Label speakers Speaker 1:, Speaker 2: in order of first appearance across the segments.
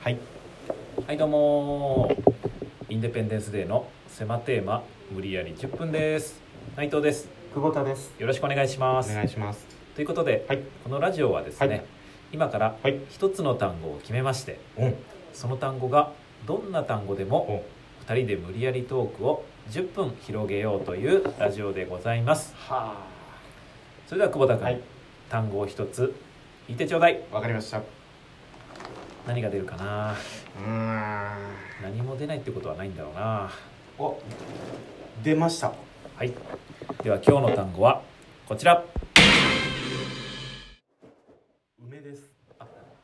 Speaker 1: はい、はい、どうもインデペンデンスデーの狭テーマ無理やり10分です内藤です
Speaker 2: 久保田です。
Speaker 1: よろしくお願いしま
Speaker 2: お
Speaker 1: す
Speaker 2: 願いします。
Speaker 1: ということで、
Speaker 2: はい
Speaker 1: このラジオはですね、
Speaker 2: はい
Speaker 1: 今から
Speaker 2: はい
Speaker 1: 一つの単語を決めまして
Speaker 2: うん。
Speaker 1: その単語がどんな単語でも
Speaker 2: お。
Speaker 1: 2人で無理やりトークを10分広げようというラジオでございます
Speaker 2: は
Speaker 1: それでは久保田君、
Speaker 2: はい
Speaker 1: 単語を一つ言ってちょうだい
Speaker 2: あ。わかりました。う
Speaker 1: 何が出るかな
Speaker 2: ーん。
Speaker 1: 何も出ないってことはないんだろうな
Speaker 2: お。出ました。
Speaker 1: はいでは今日の単語はこちら
Speaker 2: 梅です。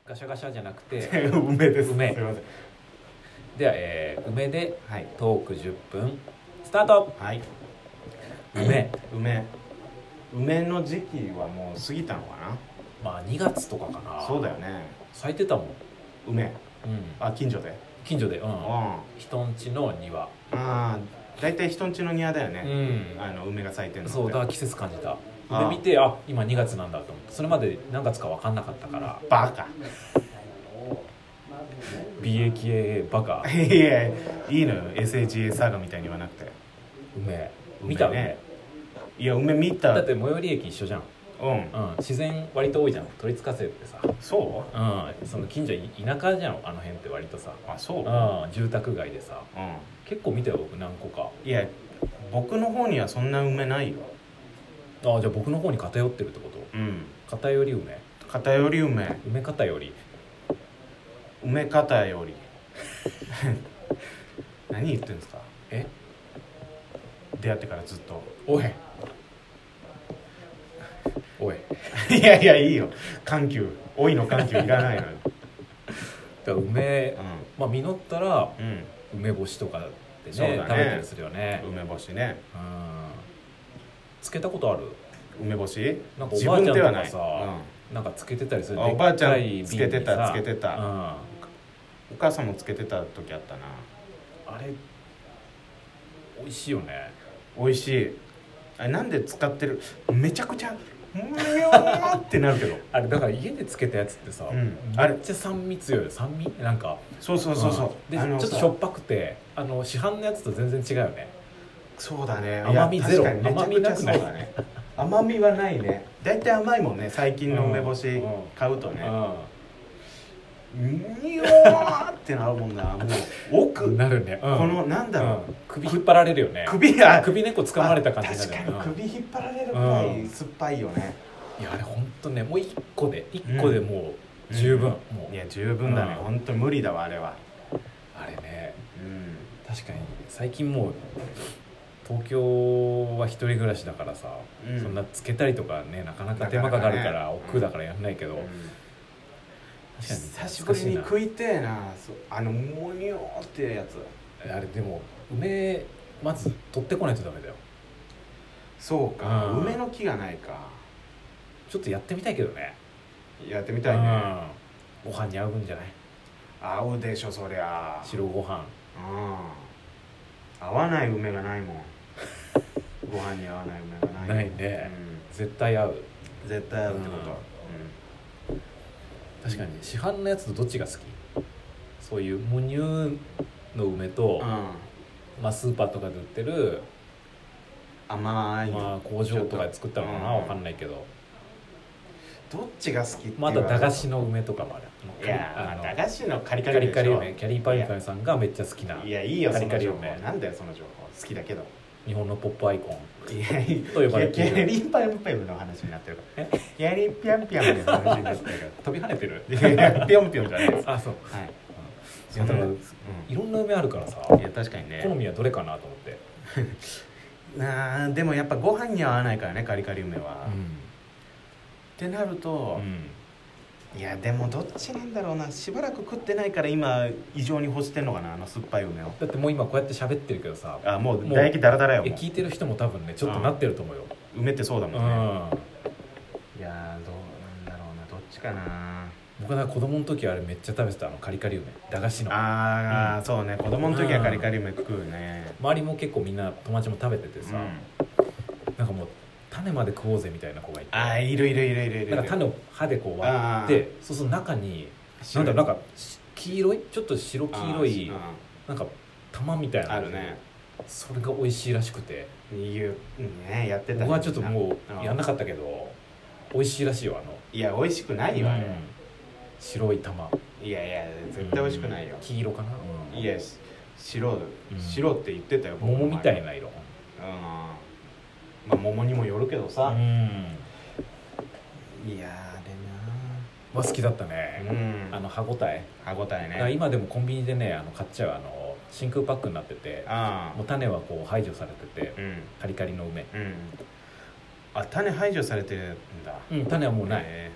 Speaker 1: ガシャガシャじゃなくて
Speaker 2: 梅です。
Speaker 1: 梅
Speaker 2: すみません。
Speaker 1: では、えー梅で
Speaker 2: はい。
Speaker 1: トーク10分スタート
Speaker 2: はい。
Speaker 1: 梅
Speaker 2: 梅。梅の時期はもう過ぎたのか
Speaker 1: まあ2月とかかな
Speaker 2: な。そうだよね。
Speaker 1: 咲いてたもん、
Speaker 2: 梅。
Speaker 1: うん、
Speaker 2: あ、近所で。
Speaker 1: 近所でう
Speaker 2: うんあ
Speaker 1: 人んちの庭
Speaker 2: あー。だいたい人んちの庭だよ
Speaker 1: う
Speaker 2: ね。
Speaker 1: ん
Speaker 2: あの梅が咲いてるのって。
Speaker 1: そうだから季節感じた
Speaker 2: ああ
Speaker 1: 梅見てあ今2月なんだと思ってそれまで何月か分かんなかったから
Speaker 2: バカ。
Speaker 1: BAKA バカ
Speaker 2: いやいやいいのよ。SHA サーガみたいに言わなくて。
Speaker 1: 梅見た
Speaker 2: 梅
Speaker 1: ね
Speaker 2: ねいや梅見た。
Speaker 1: だって最寄り駅一緒じゃん、
Speaker 2: うん。
Speaker 1: うん、自然割と多いじゃん鳥塚生ってさ
Speaker 2: そう？
Speaker 1: うん、その近所い田舎じゃんあの辺って割とさ、
Speaker 2: あそう
Speaker 1: うん、住宅街でさ
Speaker 2: う
Speaker 1: 結構見たよ僕何個か
Speaker 2: んいや僕の方にはそんな梅ないよ
Speaker 1: ああじゃあ僕の方に偏ってるってこと
Speaker 2: うん
Speaker 1: 偏り梅
Speaker 2: 偏り梅
Speaker 1: 梅偏り
Speaker 2: 梅方より 何言ってんですか
Speaker 1: え
Speaker 2: 出会ってからずっと
Speaker 1: おいおい
Speaker 2: いやいやいいよ緩急老いの緩急いらないのよ
Speaker 1: だから梅、まあ、実ったら
Speaker 2: うん、うん
Speaker 1: 梅干しとかで
Speaker 2: そう
Speaker 1: ね
Speaker 2: だね
Speaker 1: 食べたりするよね、
Speaker 2: 梅干しね
Speaker 1: うんつけたことある
Speaker 2: 梅干し
Speaker 1: なんかお
Speaker 2: 自
Speaker 1: ばあちゃ
Speaker 2: 分
Speaker 1: ん
Speaker 2: で
Speaker 1: と
Speaker 2: はな
Speaker 1: か
Speaker 2: い、
Speaker 1: さ
Speaker 2: う
Speaker 1: なんかつけてたりする
Speaker 2: あ
Speaker 1: でっ
Speaker 2: おばあちゃん
Speaker 1: かい瓶にさ
Speaker 2: つけてたつけてた
Speaker 1: うん、あ
Speaker 2: ん、お母さんもつけてた時あったな
Speaker 1: れ美味しいよね
Speaker 2: 美味しいあれなんで使ってるめちゃくちゃ「うにょーってなるけど
Speaker 1: あれだから家でつけたやつってさ、
Speaker 2: うん
Speaker 1: あれめっちゃ酸味強いよ酸味なんか
Speaker 2: そうそうそうそう、
Speaker 1: んで
Speaker 2: あの
Speaker 1: ちょっと
Speaker 2: さ
Speaker 1: しょっぱくてあの市販のやつと全然違うよね
Speaker 2: そうだね
Speaker 1: 甘み
Speaker 2: いや
Speaker 1: ゼロ
Speaker 2: 確かにめちゃくちゃそうだね甘みはないね大体甘いもんね最近の梅干し買うと
Speaker 1: う
Speaker 2: ね
Speaker 1: ん
Speaker 2: におーってなるもん なもう奥
Speaker 1: なるね、うん
Speaker 2: このなんだろう
Speaker 1: うん首引っ張られるよね
Speaker 2: 首が
Speaker 1: 首根っこ掴まれた感じになる
Speaker 2: 確かに
Speaker 1: うん
Speaker 2: 首引っ張られるくら
Speaker 1: うん
Speaker 2: い酸っぱいよね
Speaker 1: いやあれほんとねもう1個で1個でもう十分、もう
Speaker 2: いや十分だね
Speaker 1: うん
Speaker 2: 本当無理だわあれは
Speaker 1: あれね
Speaker 2: うん
Speaker 1: 確かに最近もう東京は一人暮らしだからさ、
Speaker 2: うん
Speaker 1: そんなつけたりとかねなかなか手間
Speaker 2: な
Speaker 1: か
Speaker 2: かな
Speaker 1: か
Speaker 2: かね
Speaker 1: るから億劫だからやんないけど、確かに
Speaker 2: 久しぶりに食いてえなそうあのもにおーってやつ
Speaker 1: あれでも梅まず取ってこないとダメだよ
Speaker 2: そうか
Speaker 1: うん
Speaker 2: 梅の木がないか
Speaker 1: ちょっとやってみたいけどね
Speaker 2: やってみたいね
Speaker 1: うんご飯に合うんじゃない
Speaker 2: 合うでしょそりゃ
Speaker 1: 白ご飯
Speaker 2: うん合わない梅がない もんご飯に合わない梅がない
Speaker 1: ないね絶対合う
Speaker 2: うん、絶対合うってこと、
Speaker 1: う
Speaker 2: うんん
Speaker 1: 確かに市販のやつとどっちが好きそういう母乳の梅と、まあ、スーパーとかで売ってる、
Speaker 2: 甘い、
Speaker 1: まあ、工場とかで作ったのかな
Speaker 2: うん
Speaker 1: わかんないけど
Speaker 2: どっちが好きっていう
Speaker 1: まだ駄菓子の梅とかもある
Speaker 2: いやま
Speaker 1: あの
Speaker 2: あ駄菓子のカリカ
Speaker 1: カ
Speaker 2: リ
Speaker 1: リ
Speaker 2: でしょ
Speaker 1: カリ梅キャリーパミュパミュさんがめっちゃ好きない
Speaker 2: やいいよ
Speaker 1: カ
Speaker 2: そ
Speaker 1: リ
Speaker 2: の
Speaker 1: カリ
Speaker 2: 情
Speaker 1: 梅
Speaker 2: 報なんだよその情報好きだけど
Speaker 1: 日本のポップアイコン
Speaker 2: いやい
Speaker 1: と呼ばれ
Speaker 2: や
Speaker 1: ている
Speaker 2: キャリーパンパンの話になってるから
Speaker 1: え
Speaker 2: キャリーピャンピャンの話になってるか
Speaker 1: 飛び跳ねてる
Speaker 2: らいやピョンピョンじゃないです
Speaker 1: あそう
Speaker 2: はい
Speaker 1: いやだから
Speaker 2: うん
Speaker 1: いろんな梅あるからさ
Speaker 2: いや確かにね
Speaker 1: 好みはどれかなと思って、
Speaker 2: あーでもやっぱご飯に合わないからねカリカリ梅は、っ
Speaker 1: う
Speaker 2: てなると、
Speaker 1: ん、
Speaker 2: いやでもどっちなんだろうなしばらく食ってないから今異常に欲してんのかなあの酸っぱい梅を
Speaker 1: だってもう今こうやって喋ってるけどさ
Speaker 2: あもう
Speaker 1: もう
Speaker 2: 唾液ダラダラよ
Speaker 1: え
Speaker 2: もう
Speaker 1: 聞いてる人も多分ねちょっとなってると思うよ、
Speaker 2: 梅ってそうだ
Speaker 1: うん
Speaker 2: もんね、いやーどうなんだろうなどっちかな
Speaker 1: 僕は子供の時あれめっちゃ食べてたあのカリカリ梅駄菓子の
Speaker 2: あー、
Speaker 1: う
Speaker 2: そうね子供の時はカリカリ梅食うね
Speaker 1: 周りも結構みんな友達も食べてて
Speaker 2: うん
Speaker 1: さ、なんかもう種まで食おうぜみたいな子がいて
Speaker 2: あーいるいるいるいるいる
Speaker 1: なんか種を歯でこう割ってそうすると中になんだろうなんかし黄黄色いちょっと白黄色い
Speaker 2: あ
Speaker 1: なんか玉みたい
Speaker 2: ー
Speaker 1: な
Speaker 2: あるね
Speaker 1: それが美味しいらしくて
Speaker 2: いうねやってたね
Speaker 1: 僕はちょっとも
Speaker 2: うん
Speaker 1: うやんなかったけど美味しいらしいよあの
Speaker 2: いや美味しくないよあれ
Speaker 1: 白い玉
Speaker 2: いやいや絶対美味しくないよ
Speaker 1: うん黄色かな、
Speaker 2: いやし白
Speaker 1: うん
Speaker 2: 白って言ってたよ僕の
Speaker 1: 桃
Speaker 2: 前
Speaker 1: みたいな色
Speaker 2: うんまあ桃にもよるけど
Speaker 1: う
Speaker 2: さ
Speaker 1: ん
Speaker 2: いや
Speaker 1: は好きだった
Speaker 2: あれな
Speaker 1: ね、
Speaker 2: うん
Speaker 1: あの歯ごたえ、
Speaker 2: 歯ごたえ
Speaker 1: だから
Speaker 2: ね
Speaker 1: 今でもコンビニでねあの買っちゃうあの真空パックになってて
Speaker 2: あ
Speaker 1: もう種はこう排除されてて
Speaker 2: あうん
Speaker 1: カリカリの梅
Speaker 2: うんあ種排除されてるんだ
Speaker 1: うん種はもうない、
Speaker 2: え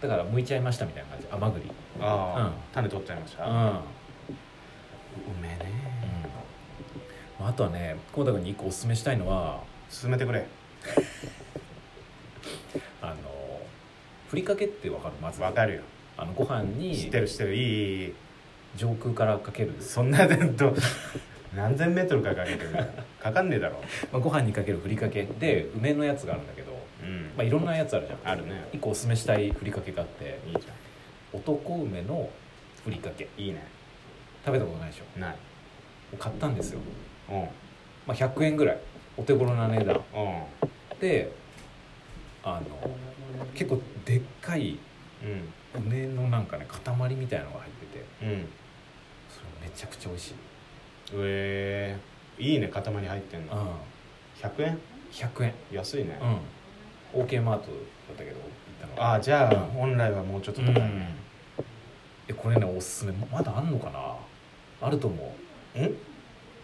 Speaker 1: だから剥いちゃいましたみたいな感じ甘栗
Speaker 2: ーああ
Speaker 1: うん
Speaker 2: 種取っちゃいました
Speaker 1: う
Speaker 2: うんめえね
Speaker 1: まああとはね浩太君に一個おすすめしたいのは
Speaker 2: 進めてくれ
Speaker 1: あのふりかけってわかるまず
Speaker 2: わかるよ
Speaker 1: あのご飯に
Speaker 2: 知ってる知ってるいいいいいい
Speaker 1: 上空からか ける、
Speaker 2: そんなでど何千メートルかかけてるからかかんねえだろ
Speaker 1: まあ、ご飯にかけるふりかけで梅のやつがあるんだけど、
Speaker 2: うん
Speaker 1: まあ、いろんなやつあるじゃん
Speaker 2: あるね
Speaker 1: 一個おすすめしたいふりかけがあって
Speaker 2: いいじゃ
Speaker 1: 男梅のふりかけ
Speaker 2: んいいね
Speaker 1: 食べたことないでしょ
Speaker 2: ない
Speaker 1: 買ったんですよ、
Speaker 2: うん
Speaker 1: まあ、100円ぐらいお手頃な値段
Speaker 2: うん
Speaker 1: であの結構でっかい
Speaker 2: うん
Speaker 1: 梅のなんかね塊みたいのが入って
Speaker 2: う
Speaker 1: て
Speaker 2: ん
Speaker 1: それめちゃくちゃ美味しい、
Speaker 2: えー、いいね塊入ってん
Speaker 1: う
Speaker 2: の
Speaker 1: ん、
Speaker 2: 100円
Speaker 1: 100円
Speaker 2: 安いね、
Speaker 1: うん OK マートだったけど行ったのは
Speaker 2: ああじゃあ
Speaker 1: うん
Speaker 2: 本来はもうちょっと
Speaker 1: うん
Speaker 2: 高いね
Speaker 1: えこれねおすすめまだあんのかなあると思
Speaker 2: う
Speaker 1: う
Speaker 2: ん、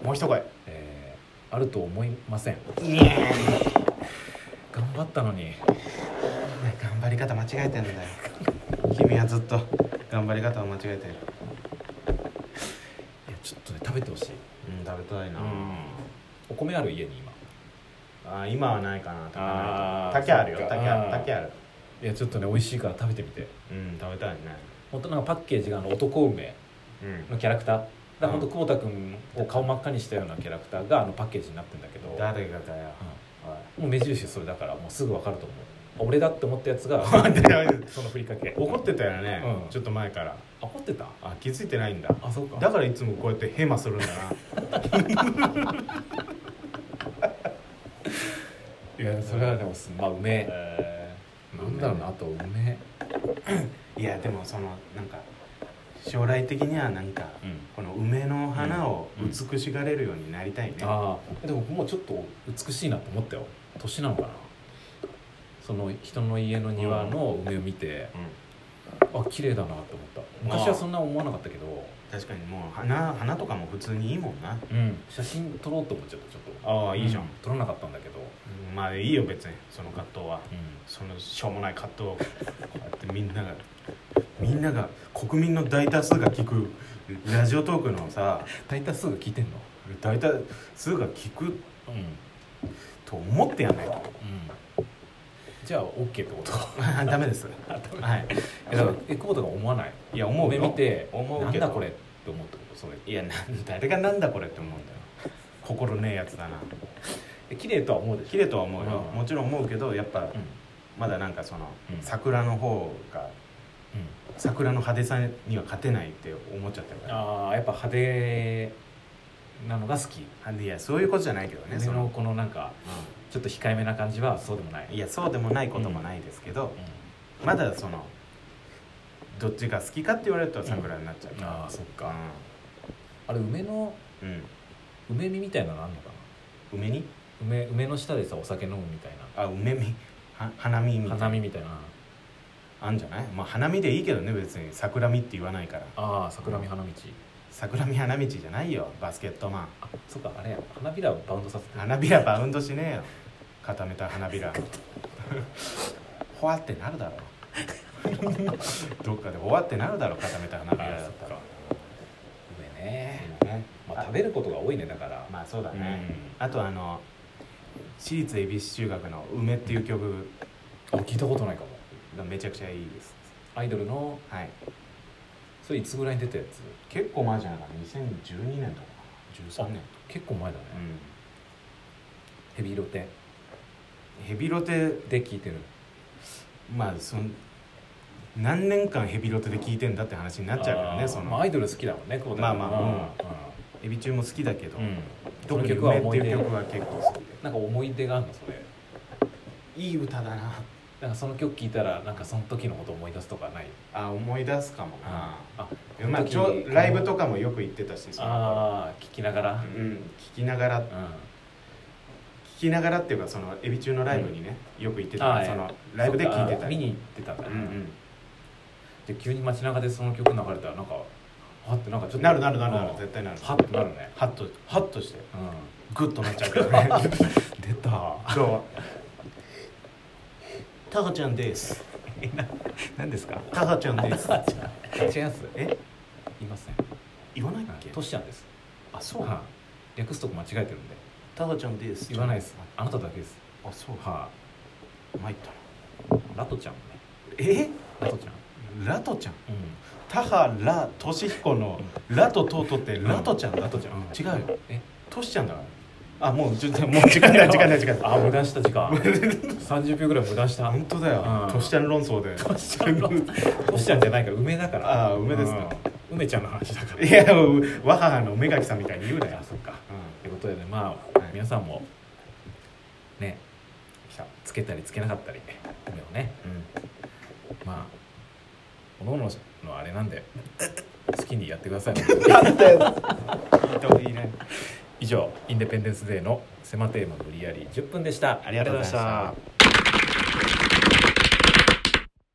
Speaker 2: もう一声
Speaker 1: えーあると思いません
Speaker 2: にゃー
Speaker 1: 頑張ったのに
Speaker 2: 頑張り方間違えてんだよ君はずっと頑張り方を間違えてる
Speaker 1: いやちょっとね食べてほしい、
Speaker 2: うん食べたいな、
Speaker 1: お米ある家に今
Speaker 2: あー今はないかな
Speaker 1: あー
Speaker 2: 竹あるよ
Speaker 1: そっか
Speaker 2: 竹あ
Speaker 1: うん
Speaker 2: る竹ある
Speaker 1: いやちょっとね美味しいから食べてみて
Speaker 2: うん食べたいね
Speaker 1: 本当なんかパッケージがあの男梅
Speaker 2: うん
Speaker 1: のキャラクターだから
Speaker 2: うん
Speaker 1: 本当久保田君を顔真っ赤にしたようなキャラクターがあのパッケージになってんだけど、
Speaker 2: 誰がだよ
Speaker 1: うんもう目印それだからもうすぐ分かると思う俺だって思ったやつが
Speaker 2: おい
Speaker 1: そのふりかけ
Speaker 2: 怒ってたよね、
Speaker 1: うん
Speaker 2: ちょっと前から
Speaker 1: あ怒ってた
Speaker 2: あ気づいてないんだ
Speaker 1: あそうか
Speaker 2: だからいつもこうやってヘマするんだな
Speaker 1: いやそれはでもすまあ梅
Speaker 2: え
Speaker 1: なんだろうなあと梅
Speaker 2: ーいやでもそのなんか将来的にはなんか
Speaker 1: うん
Speaker 2: この梅の花を
Speaker 1: うん
Speaker 2: 美しがれるようになりたいね、
Speaker 1: ああでももうちょっと美しいなと思ったよ年なのかなその人の家の庭の梅を見て、
Speaker 2: うん
Speaker 1: あ綺麗だなと思った昔はそんな思わなかったけど、
Speaker 2: 確かにもう花花とかも普通にいいもんな
Speaker 1: うん、写真撮ろうと思っちゃったちょっと
Speaker 2: ああいいじゃん
Speaker 1: う、撮らなかったんだけど、
Speaker 2: うんまあいいよ別にその葛藤は
Speaker 1: う
Speaker 2: そのしょうもない葛藤をこうやってみんながみんなが国民の大多数が聞くラジオトークのさ
Speaker 1: ん、大体すぐ聞いてんの
Speaker 2: 大多数が聞く
Speaker 1: うん、うん、
Speaker 2: と思ってやんないと
Speaker 1: じゃあ OK ってことか
Speaker 2: ダメですはい
Speaker 1: えだからえ久保田が思わない
Speaker 2: いや思う
Speaker 1: 梅
Speaker 2: よ
Speaker 1: 見て
Speaker 2: 思うけ
Speaker 1: なん
Speaker 2: ど
Speaker 1: だこれって思うってことそれ
Speaker 2: いやなん誰がなんだこれって思うんだよ心ねえやつだな
Speaker 1: え綺麗とは思うでしょ
Speaker 2: 綺麗とは思うよ
Speaker 1: うん
Speaker 2: もちろん思うけどやっぱ
Speaker 1: うん
Speaker 2: まだなんかその
Speaker 1: うん
Speaker 2: 桜の方が
Speaker 1: うん
Speaker 2: 桜の派手さには勝てないって思っちゃってるから
Speaker 1: ああやっぱ派手なのが好き
Speaker 2: あでいやそういうことじゃないけどね
Speaker 1: 梅
Speaker 2: そ
Speaker 1: の
Speaker 2: の、
Speaker 1: このなんかちょっと控えめな感じはそうでもない
Speaker 2: うんいやそうでもないこともないですけど、まだそのどっちが好きかって言われると桜になっちゃうから、
Speaker 1: ああそっかあれ梅の
Speaker 2: うん、うん
Speaker 1: 梅見みたいなのあんのかな
Speaker 2: 梅に
Speaker 1: 梅梅の下でさお酒飲むみたい
Speaker 2: あ梅見は花見み
Speaker 1: な
Speaker 2: たい
Speaker 1: 花
Speaker 2: な
Speaker 1: 見みたいな
Speaker 2: あんじゃないまあ花見でいいけどね別に桜見って言わないから
Speaker 1: ああ桜見花道
Speaker 2: 桜見花道じゃないよバスケットマン
Speaker 1: あそっかあれや花びらをバウンドさせて
Speaker 2: 花びらバウンドしねえよ固めた花びら ほわってなるだろ どっかでほわってなるだろ固めた花びらだったら
Speaker 1: あ梅ね、
Speaker 2: ね
Speaker 1: まあ、食べることが多いねだから、
Speaker 2: まあそうだ
Speaker 1: うん
Speaker 2: ね、あとあの私立恵比寿中学の「梅」っていう曲
Speaker 1: あ聞いたことないかも
Speaker 2: がめちゃくちゃいいです
Speaker 1: アイドルの
Speaker 2: はい
Speaker 1: それいつぐらいに出たやつ
Speaker 2: 結構前じゃないかな2012年とか13年
Speaker 1: 結構前だね、
Speaker 2: う
Speaker 1: ヘビロテ
Speaker 2: んヘビロテ
Speaker 1: で聞いてる
Speaker 2: まあその何年間ヘビロテで聞いてんだって話になっちゃうから
Speaker 1: あー
Speaker 2: ねその、
Speaker 1: まあアイドル好きだもんね久保田
Speaker 2: まあまあ
Speaker 1: 君は
Speaker 2: エビ中も好きだけど、
Speaker 1: うんうん
Speaker 2: 特に「
Speaker 1: その曲は
Speaker 2: 梅」っ
Speaker 1: 思
Speaker 2: て
Speaker 1: い
Speaker 2: いう
Speaker 1: 出
Speaker 2: 曲は結構好き
Speaker 1: なんか思い出があるのそれ
Speaker 2: でいい歌だな
Speaker 1: なんかその曲聴いたらなんかその時のこと思い出すとかない
Speaker 2: あ思い出すかもな
Speaker 1: あ、あ
Speaker 2: まあ、ちょライブとかもよく行ってたしその
Speaker 1: あー聞きながら、うん
Speaker 2: うん、聞きながら聞きながらっていうかそのエビ中のライブにね、よく行ってた
Speaker 1: あー
Speaker 2: そのライブで聞いて
Speaker 1: そっか
Speaker 2: た
Speaker 1: 見
Speaker 2: り
Speaker 1: に行ってたんだ、
Speaker 2: うんうん
Speaker 1: で急に街中でその曲流れたらなんかはってなんかちょっと
Speaker 2: なるなるなるなる
Speaker 1: うん
Speaker 2: 絶対なる
Speaker 1: はってなるね
Speaker 2: ハッとハッとして
Speaker 1: う
Speaker 2: グッとなっちゃうからね
Speaker 1: ん 出た
Speaker 2: そうタハちゃんです
Speaker 1: 何ですか
Speaker 2: タハちゃんです
Speaker 1: 違います
Speaker 2: え
Speaker 1: いません
Speaker 2: 言わないっけ
Speaker 1: トシちゃんです
Speaker 2: あそ
Speaker 1: はい略すとこ間違えてるんで
Speaker 2: タハちゃんです
Speaker 1: 言わないですあなただけです
Speaker 2: あそう
Speaker 1: は
Speaker 2: 参ったない
Speaker 1: ラトちゃんもね
Speaker 2: え
Speaker 1: ラトちゃん
Speaker 2: ラトちゃん
Speaker 1: うん
Speaker 2: タハラトシヒコのラとトートってラトちゃんだとじゃん、
Speaker 1: うん
Speaker 2: 違うよ
Speaker 1: え
Speaker 2: トシちゃんだからあもうちょもう時 間ない時間ない時間ない
Speaker 1: あ無駄した時間30秒ぐらい無駄した
Speaker 2: 本当だよ、
Speaker 1: うん
Speaker 2: トシちゃん論争で
Speaker 1: トシちゃんのトシちゃんじゃないから梅だから
Speaker 2: あー梅ですか
Speaker 1: うん梅ちゃんの話だから
Speaker 2: いやわははの女神さんみたいに言うなよ
Speaker 1: あ、そっか
Speaker 2: う
Speaker 1: ということでねまあ、
Speaker 2: はい
Speaker 1: 皆さんもねつけたりつけなかったり梅をね
Speaker 2: んうん、
Speaker 1: まあおのおののあれなんで好きにやってください
Speaker 2: なんだよ言った方がいいね
Speaker 1: 以上インデペンデンスデーの狭テーマ無理やり10分でした
Speaker 2: ありがとうございました